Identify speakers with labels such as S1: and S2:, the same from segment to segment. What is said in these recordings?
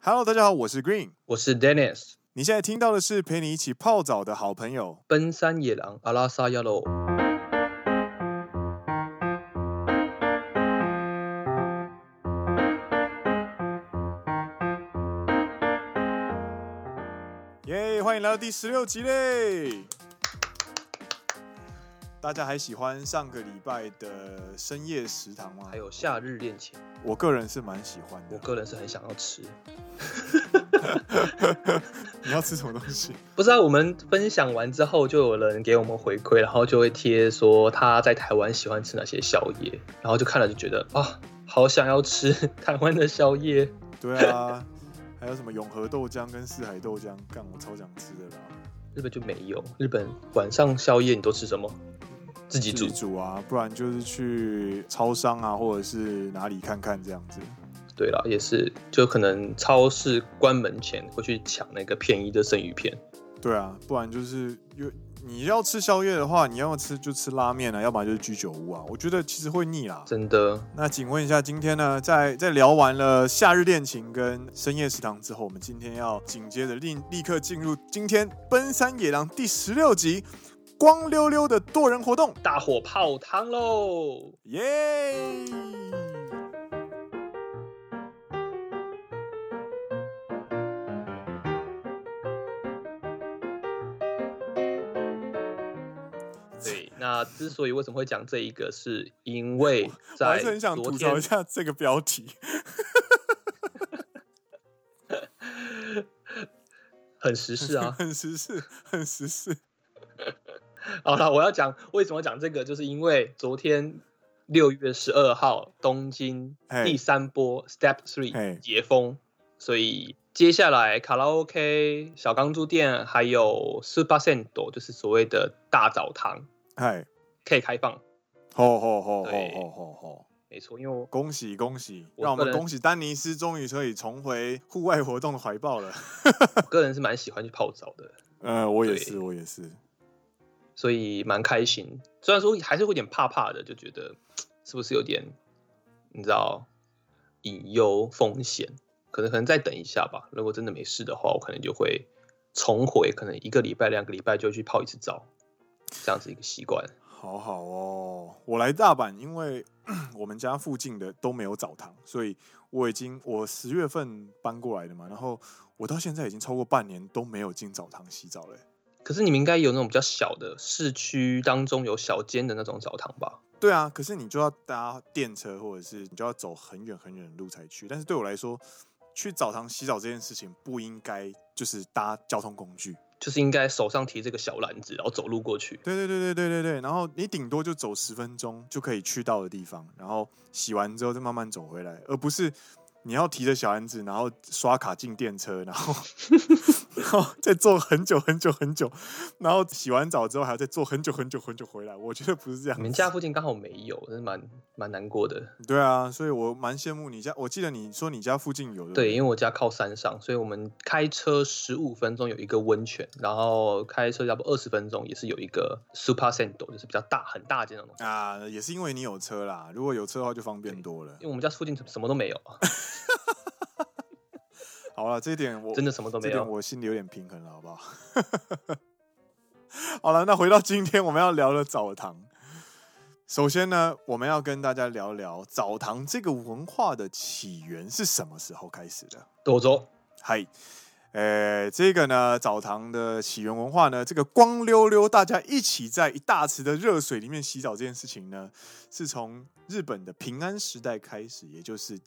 S1: Hello，大家好，我是 Green。
S2: 我是 Dennis，
S1: 你现在听到的是陪你一起泡澡的好朋友。
S2: 奔山野狼阿拉萨亚喽。
S1: 耶、欢迎来到第十六集嘞！大家还喜欢上个礼拜的深夜食堂吗？
S2: 还，有夏日恋情，
S1: 我个人是蛮喜欢
S2: 我
S1: 的。
S2: 个人是很想要吃。
S1: 你要吃什么东 西？
S2: 不知道我们分享完之后，就有人给我们回馈，然后就会贴说他在台湾喜欢吃哪些宵夜，然后就看了就觉得啊，好想要吃 台湾的宵夜。
S1: 对啊，还有什么永和豆浆跟四海豆浆，干我超想吃的啦！
S2: 日本就没有，日本晚上宵夜你都吃什么？自己
S1: 自
S2: 煮
S1: 己。煮啊，不然就是去超商啊，或者是哪里看看这样子。
S2: 对啦，也是，就可能超市关门前会去抢那个便宜的生鱼片。
S1: 对啊，不然就是有你要吃宵夜的话，你要吃就吃拉面啊，要不然就是居酒屋啊。我觉得其实会腻啦。
S2: 真的，
S1: 那请问一下，今天呢，在在聊完了夏日恋情跟深夜食堂之后，我们今天要紧接着立立刻进入今天奔山野狼第十六集光溜溜的多人活动，
S2: 大火泡汤喽！
S1: 耶、
S2: 对，那之所以为什么会讲这一个，是因为
S1: 我还
S2: 在
S1: 是很想
S2: 昨
S1: 吐槽一
S2: 天，
S1: 下这个标题，
S2: 很时事啊。
S1: 很时事，很时事。
S2: 好了，我要讲为什么讲这个，就是因为昨天六月十二号东京
S1: 嘿
S2: 第三波 Step
S1: 嘿
S2: Three 解封，所以接下来卡拉 OK、小钢珠店还有 Super Sendo，就是所谓的大澡堂
S1: 嗨，
S2: 可以开放。
S1: 哎吼吼吼吼
S2: 对
S1: 吼吼吼。
S2: 没错，因为我
S1: 恭喜恭喜！
S2: 我
S1: 让我们
S2: 个人
S1: 恭喜丹尼斯终于可以重回户外活动的怀抱了。
S2: 我个人是蛮喜欢去泡澡的。
S1: 呃，我也
S2: 对
S1: 是，我也是。
S2: 所以蛮开心。虽然说还是会有点怕怕的，就觉得是不是有点，你知道，隐忧风险，可能可能再等一下吧。如果真的没事的话，我可能就会重回，可能一个礼拜、两个礼拜就去泡一次澡，这样子一个习惯。
S1: 好好哦，我来大阪，因为 我们家附近的都没有澡堂，所以我已经我十月份搬过来的嘛，然后我到现在已经超过半年都没有进澡堂洗澡了欸。
S2: 可是你们应该有那种比较小的市区当中有小间的那种澡堂吧？
S1: 对啊，可是你就要搭电车，或者是你就要走很远很远的路才去。但是对我来说，去澡堂洗澡这件事情不应该就是搭交通工具。
S2: 就是应该手上提这个小篮子，然后走路过去。
S1: 对对对对对对对，然后你顶多就走十分钟就可以去到的地方，然后洗完之后再慢慢走回来，而不是你要提着小篮子，然后刷卡进电车，然 后然后再坐很久很久很久，然后洗完澡之后还要再坐很久很久很久回来，我觉得不是这样
S2: 你们
S1: 子。
S2: 家附近刚好没有，真是蛮蛮难过的。
S1: 对啊，所以我蛮羡慕你家，我记得你说你家附近有的，
S2: 对，因
S1: 为
S2: 为我家靠山上，所以我们开车十五分钟有一个温泉，然后开车差不多二十分钟也是有一个 Super Sendo，就是比较大很大间那种。
S1: 啊，也是因为你有车啦，如果有车的话就方便多了
S2: 因。为我们家附近什么都没有，
S1: 好了，这一点我
S2: 真的什么都
S1: 这
S2: 没
S1: 点
S2: 有。
S1: 我心里有点平衡了，好不好？ 好了，那回到今天我们要聊的澡堂。首先呢，我们要跟大家聊聊澡堂这个文化的起源是什么时候开始的。
S2: 多州
S1: 嗨，呃，这个呢，澡堂的起源文化呢，这个光溜溜大家一起在一大池的热水里面洗澡这件事情呢，是从日本的平安时代开始，也就是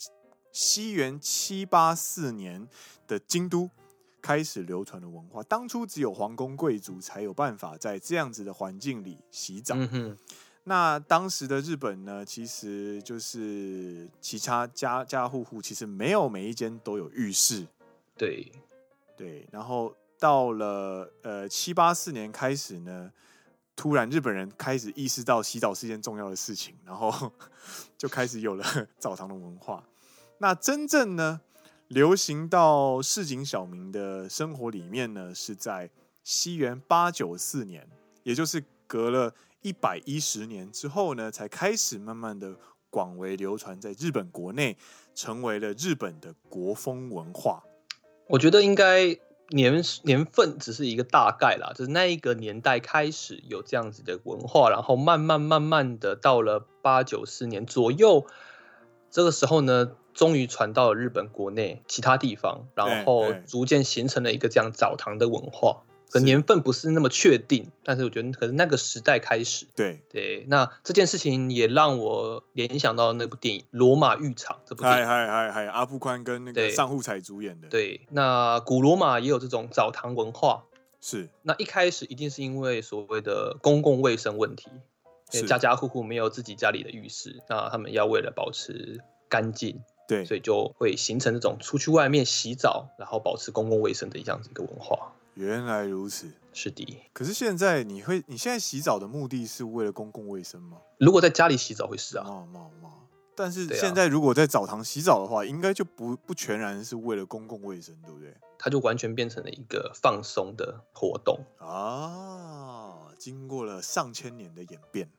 S1: 西元七八四年的京都。开始流传的文化，当初只有皇宫贵族才有办法在这样子的环境里洗澡。
S2: 嗯哼，
S1: 那当时的日本呢，其实就是其他家家户户其实没有每一间都有浴室，
S2: 对，
S1: 对，然后到了呃七八四年开始呢，突然日本人开始意识到洗澡是一件重要的事情，然后 就开始有了 澡堂的文化。那真正呢流行到市井小民的生活里面呢，是在西元八九四年，也就是隔了一百一十年之后呢，才开始慢慢的广为流传在日本国内，成为了日本的国风文化。
S2: 我觉得应该年年份只是一个大概啦，就是那一个年代开始有这样子的文化，然后慢慢慢慢的到了八九十年左右，这个时候呢，终于传到了日本国内其他地方，然后
S1: 哎哎
S2: 逐渐形成了一个这样澡堂的文化。可
S1: 是
S2: 年份不是那么确定，但是我觉得可能那个时代开始，
S1: 对，
S2: 对，那这件事情也让我联想到那部电影《罗马浴场》这部电
S1: 嗨
S2: 影。
S1: 嗨嗨嗨，阿布宽跟那个
S2: 对
S1: 上户彩主演的，，
S2: 对，那古罗马也有这种澡堂文化。
S1: 是
S2: 那一开始一定是因为所谓的公共卫生问题，因
S1: 是
S2: 为家家户户没有自己家里的浴室，那他们要为了保持干净，
S1: 对
S2: 所以就会形成这种出去外面洗澡，然后保持公共卫生的这样子一个文化。
S1: 原来如此。
S2: 是的，
S1: 可是现在你会，你现在洗澡的目的是为了公共卫生吗？
S2: 如果在家里洗澡会是啊，
S1: 冒冒冒！但是
S2: 对啊
S1: 现在如果在澡堂洗澡的话，应该就不不全然是为了公共卫生，对不对？
S2: 它就完全变成了一个放松的活动。
S1: 啊，经过了上千年的演变，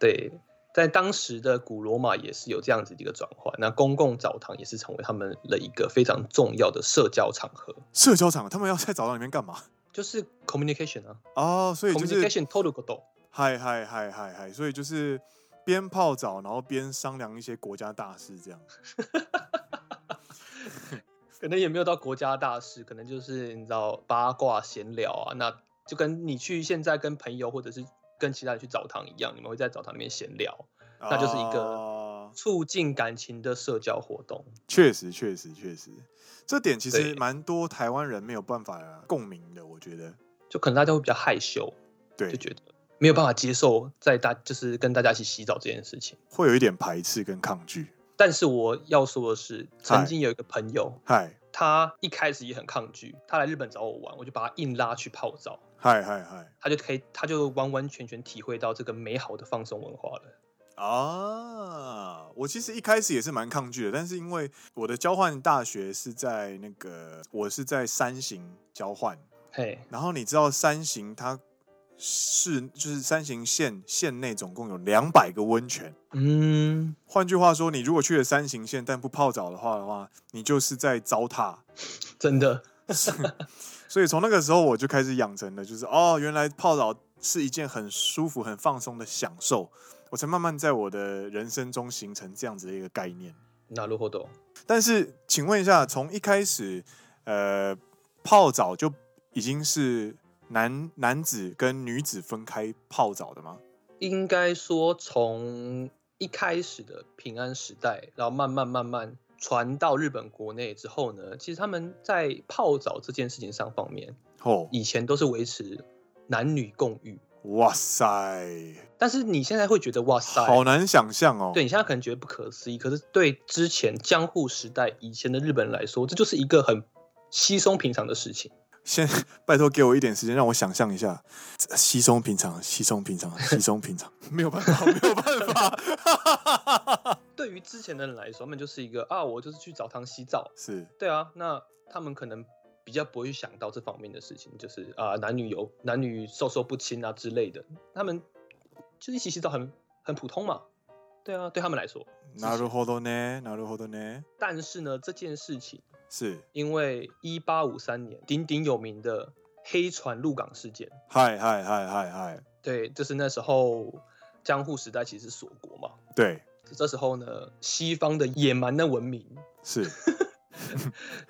S2: 对，在当时的古罗马也是有这样子的一个转换。那公共澡堂也是成为他们的一个非常重要的社交场合，
S1: 社交场他们要在澡堂里面干嘛？
S2: 就是 communication 啊
S1: 哦，所以就是
S2: ，communication t o t a l
S1: 嗨嗨嗨嗨嗨，所以就是边泡澡，然后边商量一些国家大事，这样。
S2: 可能也没有到国家大事，可能就是你知道八卦闲聊啊，那就跟你去现在跟朋友或者是跟其他人去澡堂一样，你们会在澡堂里面闲聊，那就是一个
S1: 啊
S2: 促进感情的社交活动。
S1: 确实确实确实，这点其实
S2: 对
S1: 蛮多台湾人没有办法共鸣的，我觉得。
S2: 就可能大家会比较害羞，
S1: 对
S2: 就，觉得没有办法接受在大就是跟大家一起洗澡这件事情。
S1: 会有一点排斥跟抗拒。
S2: 但是我要说的是，
S1: 嗨
S2: 曾经有一个朋友，
S1: 嗨
S2: 他一开始也很抗拒，他来日本找我玩，我就把他硬拉去泡澡，
S1: 嗨嗨嗨
S2: 他就可以，他就完完全全体会到这个美好的放松文化了。
S1: 啊！我其实一开始也是蛮抗拒的，但是因为我的交换大学是在那个，我是在三型交换，
S2: 嘿，
S1: 然后你知道三型它是就是三型县县内总共有两百个温泉。
S2: 嗯，
S1: 换句话说，你如果去了三型县但不泡澡的话的话，你就是在糟蹋。
S2: 真的，
S1: 所以从那个时候我就开始养成了，就是哦，原来泡澡是一件很舒服、很放松的享受。我才慢慢在我的人生中形成这样子的一个概念。
S2: 那如何懂？
S1: 但是，请问一下，从一开始，呃，泡澡就已经是男男子跟女子分开泡澡的吗？
S2: 应该说从一开始的平安时代，然后慢慢慢慢传到日本国内之后呢，其实他们在泡澡这件事情上方面，
S1: 哦，
S2: 以前都是维持男女共浴。
S1: 哇塞，
S2: 但是你现在会觉得哇塞，
S1: 好难想象哦。
S2: 对，你现在可能觉得不可思议，可是对之前江户时代以前的日本人来说，这就是一个很稀松平常的事情。
S1: 先拜托给我一点时间，让我想象一下，这稀松平常，稀松平 常，稀松平常，没有办法，没有办法，
S2: 对于之前的人来说，他们就是一个啊，我就是去澡堂洗澡。
S1: 是
S2: 对啊，那他们可能比较不会去想到这方面的事情，就是啊，男女有男女授受不亲啊之类的，他们就一起洗澡很很普通嘛。对啊，对他们来说。
S1: なるほどね，なるほどね，
S2: 但是呢，这件事情
S1: 是，
S2: 因为一八五三年鼎鼎有名的黑船入港事件。
S1: 嗨嗨嗨嗨嗨，
S2: 对，就是那时候江户时代其实是锁国嘛。
S1: 对，
S2: 这时候呢，西方的野蛮的文明，
S1: 是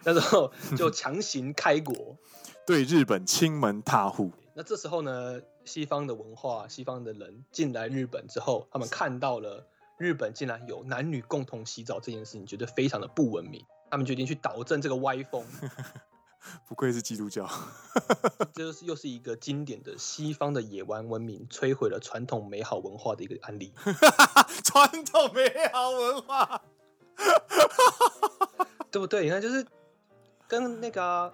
S2: 那时候就强行开国。
S1: 对日本亲门踏户，
S2: 那这时候呢，西方的文化、西方的人进来日本之后，他们看到了日本竟然有男女共同洗澡这件事情，觉得非常的不文明。他们决定去导正这个歪 风，
S1: 不愧是基督教，
S2: 这就是又是一个经典的西方的野蛮文明摧毁了传统美好文化的一个案 例。
S1: 传统美好文化，
S2: 对不对？你看，就是跟那个啊、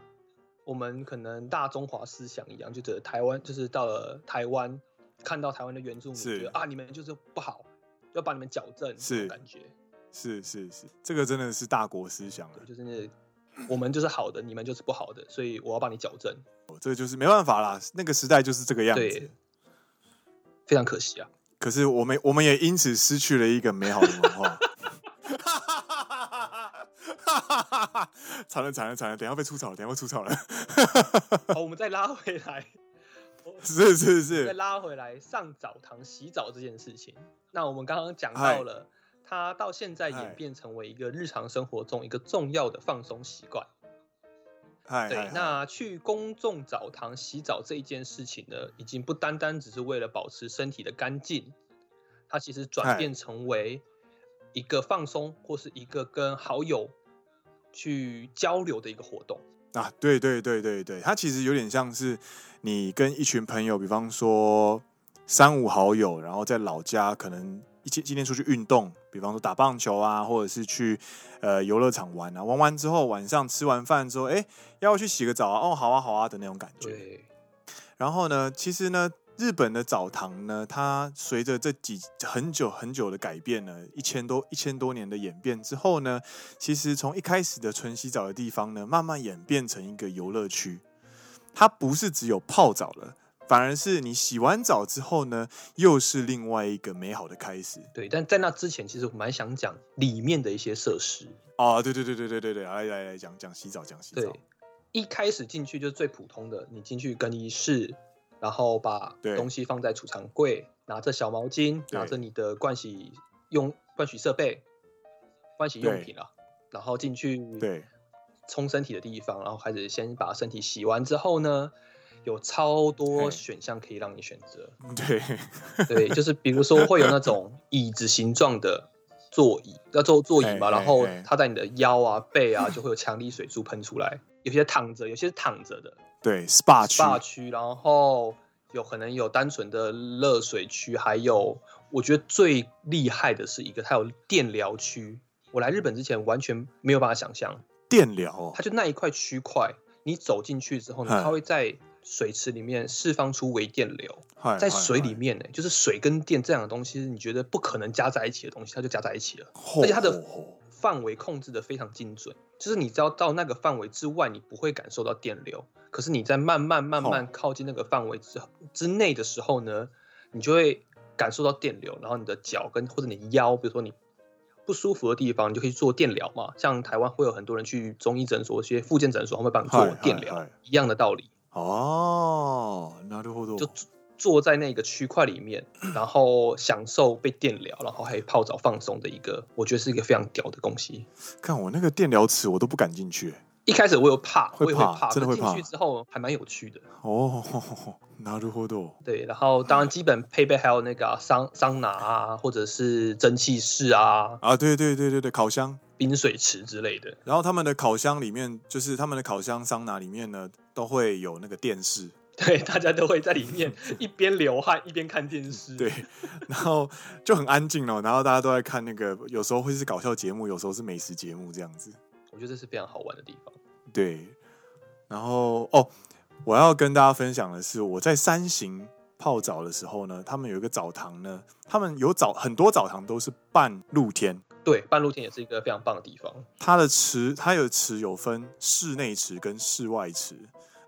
S2: 我们可能大中华思想一样，就觉得台湾就是到了台湾，看到台湾的原住民，
S1: 是
S2: 觉得啊，你们就是不好，要把你们矫正，这
S1: 是
S2: 种感觉，
S1: 是是是，这个真的是大国思想了
S2: 对，就是那我们就是好的，你们就是不好的，所以我要帮你矫正，
S1: 这个就是没办法啦，那个时代就是这个样子
S2: 对。非常可惜啊。
S1: 可是我们我们也因此失去了一个美好的文化。惨了惨了惨了，等一下被出草了，等一下被出草了，
S2: 好，我们再拉回来，
S1: 是 是
S2: 再
S1: 是，
S2: 拉回来上澡堂洗澡这件事情。那我们刚刚讲
S1: 嗨
S2: 到了，它到现在
S1: 嗨
S2: 演变成为一个日常生活中一个重要的放松习惯。
S1: 嗨
S2: 对
S1: 嗨，，嗨
S2: 那去公众澡堂洗澡这一件事情呢，已经不单单只是为了保持身体的干净，它其实
S1: 嗨
S2: 转变成为一个放松或是一个跟好友去交流的一个活动。
S1: 啊，对对对对对，它其实有点像是你跟一群朋友，比方说三五好友，然后在老家可能一起今天出去运动，比方说打棒球啊，或者是去呃游乐场玩啊，玩完之后晚上吃完饭之后，哎，要不要去洗个澡啊，哦，好啊好啊的那种感觉。
S2: 对，
S1: 然后呢，其实呢，日本的澡堂呢，它随着这几很久很久的改变呢，一千多一千多年的演变之后呢，其实从一开始的纯洗澡的地方呢，慢慢演变成一个游乐区。它不是只有泡澡了，反而是你洗完澡之后呢，又是另外一个美好的开始。
S2: 对，但在那之前，其实我蛮想讲里面的一些设施。
S1: 哦，对对对对对对对，来来来讲讲洗澡，讲洗
S2: 对
S1: 澡。，
S2: 一开始进去就是最普通的，你进去更衣室，然后把
S1: 对
S2: 东西放在储藏柜，拿着小毛巾，
S1: 对
S2: 拿着你的盥洗用盥洗设备、盥洗用
S1: 对
S2: 品啊，然后进去
S1: 对
S2: 冲身体的地方，然后开始先把身体洗完之后呢，有超多
S1: 嘿
S2: 选项可以让你选择。
S1: 对
S2: 对，就是比如说会有那种椅子形状的座椅，要做座椅
S1: 哎
S2: 嘛，
S1: 哎
S2: 然后
S1: 哎
S2: 它在你的腰啊、背啊就会有强力水柱喷出来，有些躺着，有些是躺着的
S1: 对，SPA 区
S2: SPA 区，然后有可能有单纯的热水区，还有我觉得最厉害的是一个它有电疗区，我来日本之前完全没有办法想象，
S1: 电疗哦
S2: 它，就那一块区块，你走进去之后呢，
S1: 嗨
S2: 它会在水池里面释放出微电流。
S1: 嗨
S2: 在
S1: 嗨
S2: 水里
S1: 嗨
S2: 面呢、就是水跟电这两个东西，你觉得不可能加在一起的东西，它就加在一起了。
S1: 吼
S2: 而且它的
S1: 吼吼
S2: 范围控制的非常精准，就是你只要到那个范围之外，你不会感受到电流。可是你在慢慢慢
S1: 哦
S2: 慢靠近那个范围之之内的时候呢，你就会感受到电流，然后你的脚跟或者你的腰，比如说你不舒服的地方，你就可以做电疗嘛。像台湾会有很多人去中医诊所、一些复健诊所，他们会帮你做
S1: 嗨
S2: 电
S1: 嗨
S2: 疗
S1: 嗨，
S2: 一样的道理。
S1: 哦，なるほど。
S2: 就坐坐在那个区块里 面，然后享受被电疗，然后还有泡澡放松的一个，我觉得是一个非常屌的东西。
S1: 看我那个电疗池，我都不敢进去。
S2: 一开始我有怕，
S1: 会
S2: 我也
S1: 怕
S2: 怕，
S1: 真的
S2: 可
S1: 会怕
S2: 进去之后还蛮有趣的，
S1: 哦，なるほど。
S2: 对。然后当然基本配备还有那个啊桑桑拿啊，或者是蒸汽室啊、
S1: 啊，对对对对对，烤箱。
S2: 冰水池之类的。
S1: 然后他们的烤箱里面，就是他们的烤箱桑拿里面呢，都会有那个电视。
S2: 对，大家都会在里面一边流汗一边看电视。
S1: 对，然后就很安静哦，然后大家都在看那个，有时候会是搞笑节目，有时候是美食节目这样子。
S2: 我觉得这是非常好玩的地方。
S1: 对，然后哦，我要跟大家分享的是，我在山行泡澡的时候呢，他们有一个澡堂呢，他们有澡很多澡堂都是半露天，
S2: 对，半露天也是一个非常棒的地方。
S1: 它的池，它有池有分室内池跟室外池。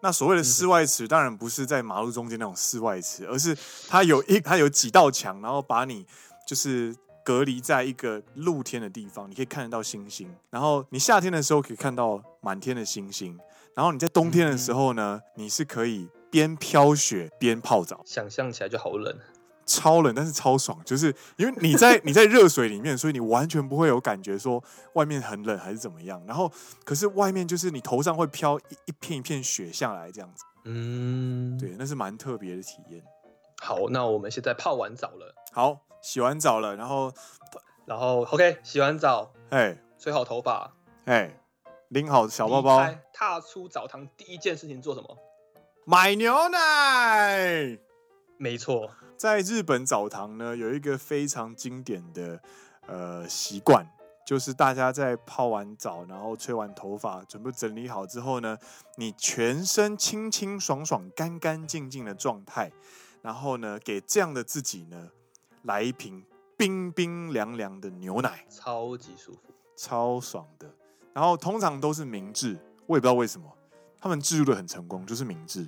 S1: 那所谓的室外池，当然不是在马路中间那种室外池，而是它有一它有几道墙，然后把你就是隔离在一个露天的地方，你可以看得到星星。然后你夏天的时候可以看到满天的星星，然后你在冬天的时候呢，你是可以边飘雪边泡澡。
S2: 想象起来就好冷。
S1: 超冷，但是超爽，就是因为你在你在热水里面，所以你完全不会有感觉说外面很冷还是怎么样。然后，可是外面就是你头上会飘一一片一片雪下来这样子，
S2: 嗯，
S1: 对，那是蛮特别的体验。
S2: 好，那我们现在泡完澡了，
S1: 好，洗完澡了，然后，
S2: 然后 OK，洗完澡，
S1: 哎
S2: 吹好头发，
S1: 哎，拎好小包
S2: 离
S1: 包，
S2: 开，踏出澡堂第一件事情做什么？
S1: 买牛奶。
S2: 没错，
S1: 在日本澡堂呢，有一个非常经典的呃习惯，就是大家在泡完澡，然后吹完头发，准备整理好之后呢，你全身清清爽爽、干干净净的状态，然后呢，给这样的自己呢，来一瓶冰冰凉凉的牛奶，
S2: 超级舒服。
S1: 超爽的。然后通常都是明治，我也不知道为什么。他们植入的很成功，就是 明治。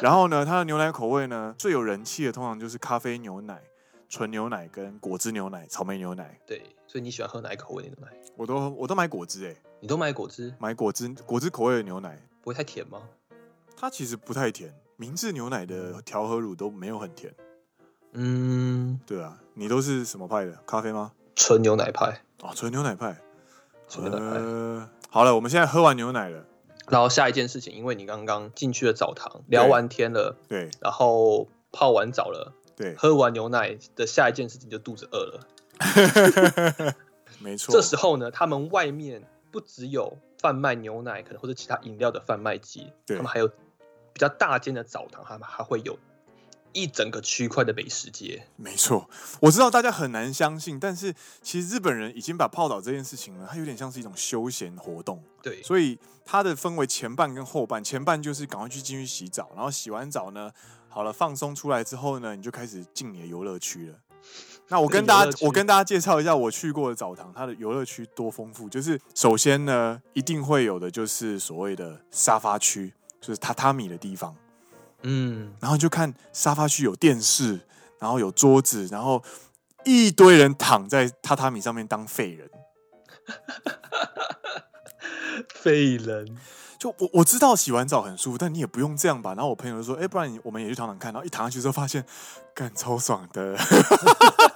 S1: 然后呢，它的牛奶口味呢最有人气的，通常就是咖啡牛奶。纯牛奶跟果汁牛奶、草莓牛奶，
S2: 对，所以你喜欢喝哪一口味的牛奶？
S1: 我都我都买果汁诶、欸
S2: 你都买果汁，
S1: 买果汁果汁口味的牛奶，
S2: 不会太甜吗？
S1: 它其实不太甜，明治牛奶的调和乳都没有很甜。
S2: 嗯，
S1: 对啊，你都是什么派的？咖啡吗？
S2: 纯牛奶派。
S1: 哦，纯牛奶派。
S2: 纯牛奶派
S1: 呃，好了，我们现在喝完牛奶了。
S2: 然后下一件事情，因为你刚刚进去了澡堂，聊完天了，
S1: 对
S2: 然后泡完澡了，
S1: 对，
S2: 喝完牛奶的下一件事情就肚子饿了。
S1: 没错。
S2: 这时候呢，他们外面不只有贩卖牛奶，可能或者其他饮料的贩卖机，他
S1: 对
S2: 们还有比较大间的澡堂，他们还会有一整个区块的美食街。
S1: 没错，我知道大家很难相信，但是其实日本人已经把泡澡这件事情呢，它有点像是一种休闲活动，
S2: 对，
S1: 所以它的分为前半跟后半。前半就是赶快去进去洗澡，然后洗完澡呢，好了放松出来之后呢，你就开始进你的游乐区了。那我跟大
S2: 游乐
S1: 家
S2: 区
S1: 我跟大家介绍一下我去过的澡堂，它的游乐区多丰富。就是首先呢，一定会有的就是所谓的沙发区，就是榻榻米的地方。
S2: 嗯，
S1: 然后就看沙发区有电视，然后有桌子，然后一堆人躺在榻榻米上面当废人。
S2: 废人，
S1: 就我我知道洗完澡很舒服，但你也不用这样吧。然后我朋友就说：“哎、不然你我们也去躺躺看。”啊然后一躺下去之后发现，干超爽的，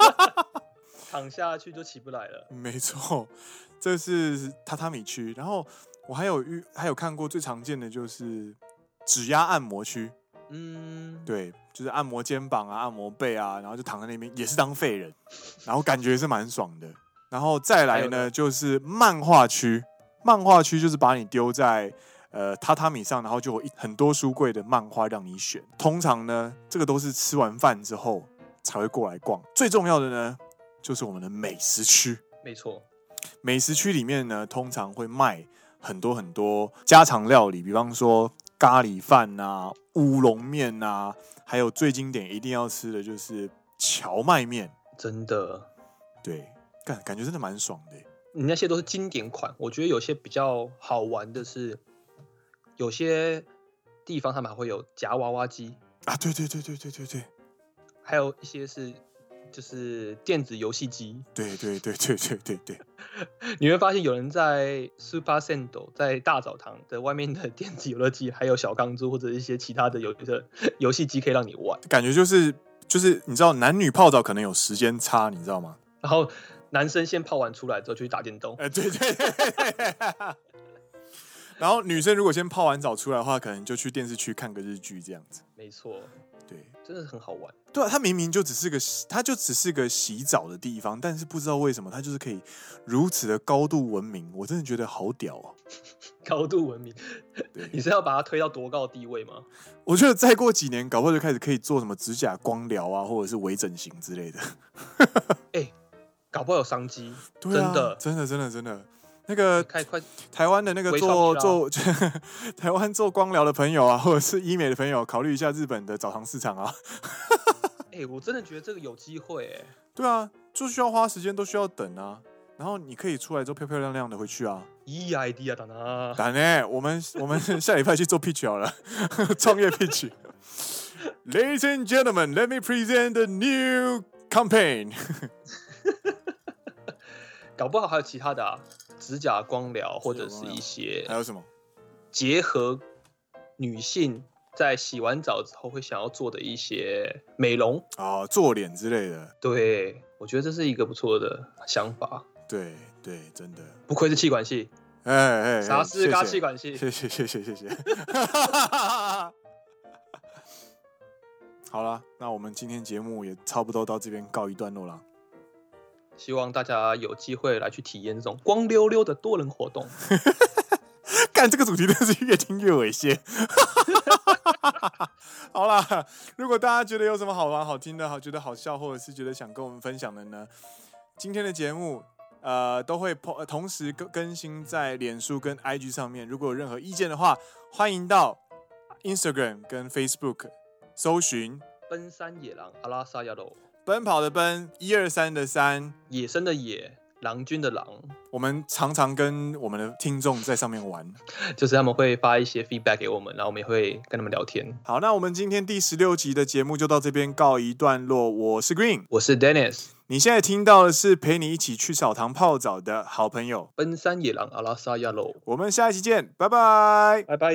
S2: 躺下去就起不来了。
S1: 没错，这是榻榻米区。然后我还有遇还有看过最常见的就是指压按摩区，
S2: 嗯，
S1: 对，就是按摩肩膀啊，按摩背啊，然后就躺在那边也是当废人，然后感觉是蛮爽的。然后再
S2: 还
S1: 来
S2: 有呢
S1: 呢，就是漫画区，漫画区就是把你丢在呃榻榻米上，然后就有一很多书柜的漫画让你选。通常呢，这个都是吃完饭之后才会过来逛。最重要的呢，就是我们的美食区。
S2: 没错，
S1: 美食区里面呢，通常会卖很多很多家常料理，比方说咖喱饭啊、乌龙面啊，还有最经典一定要吃的就是荞麦面。
S2: 真的。
S1: 对，感感觉真的蛮爽的欸。
S2: 你那些都是经典款，我觉得有些比较好玩的是，有些地方他们还会有夹娃娃机，
S1: 啊，对对对对对对对
S2: 还有一些是就是电子游戏机。
S1: 对对对对对对对，
S2: 你会发现有人在 Super Sendo 在大澡堂的外面的 电子游乐机，还有小钢珠或者一些其他的游的游戏机可以让你玩。
S1: 感觉就是就是你知道男女泡澡可能有时间差，你知道吗？
S2: 然后男生先泡完出来之后就去打电动，
S1: 哎、对对对对对。 然后女生如果先泡完澡出来的话，可能就去电视区看个日剧这样子。
S2: 没错，
S1: 对，
S2: 真的是很好玩。
S1: 对啊，它明明就只是个洗，它就只是个洗澡的地方，但是不知道为什么它就是可以如此的高度文明，我真的觉得好屌哦、
S2: 高度文明，你
S1: 对，
S2: 是要把它推到多高的地位吗？
S1: 我觉得再过几年，搞不好就开始可以做什么指甲光疗啊，或者是微整形之类的。
S2: 搞不好有商机，
S1: 对啊，
S2: 真的
S1: 真的，真的，真的。那个
S2: 开快
S1: 台湾的那个
S2: 微
S1: 做做
S2: 创
S1: 台湾做 光疗的朋友啊，或者是医美的朋友，考虑一下日本的澡堂市场啊。
S2: 哎、我真的觉得这个有机会哎、
S1: 对啊，就需要花时间，都需要等啊。然后你可以出来之后漂漂亮亮的回去啊。
S2: e I D 啊，达达，
S1: 打呢，欸我们 我们下礼拜去做 pitch 好了， 创业 pitch。Ladies and gentlemen, let me present the new campaign
S2: 搞不好还有其他的啊，指甲光疗或者是一
S1: 还
S2: 些
S1: 有什么？
S2: 结合女性在洗完澡之后会想要做的一些美容。
S1: 啊、做脸之类的。
S2: 对，我觉得这是一个不错的想法，
S1: 对对，真的。
S2: 不愧是气管系，
S1: 哎哎哎，
S2: 啥事嘎气
S1: 谢
S2: 管系。
S1: 谢谢谢谢谢谢 谢。好了，那我们今天节目也差不多到这边告一段落了。
S2: 希望大家有机会来去体验这种光溜溜的多人活动。
S1: 干这个主题真是越听越猥亵。 好啦，如果大家觉得有什么好玩、好听的、好觉得好笑，或者是觉得想跟我们分享的呢，今天的节目呃都会 po- 呃同时更更新在脸书跟 IG 上面。如果有任何意见的话，欢迎到 Instagram 跟 Facebook 搜寻
S2: 奔山野狼阿拉萨亚罗，
S1: “奔跑的奔一二三的三
S2: 野生的野，郎君的郎，
S1: 我们常常跟我们的听众在上面玩。
S2: 就是他们会发一些 feedback 给我们，然后我们也会跟他们聊天。
S1: 好，那我们今天第十六集的节目就到这边告一段落。我是 Green，
S2: 我是 Dennis，
S1: 你现在听到的是陪你一起去澡堂泡澡的好朋友。
S2: 奔山野狼阿拉萨亚喽，
S1: 我们下一期见，拜拜。
S2: 拜拜。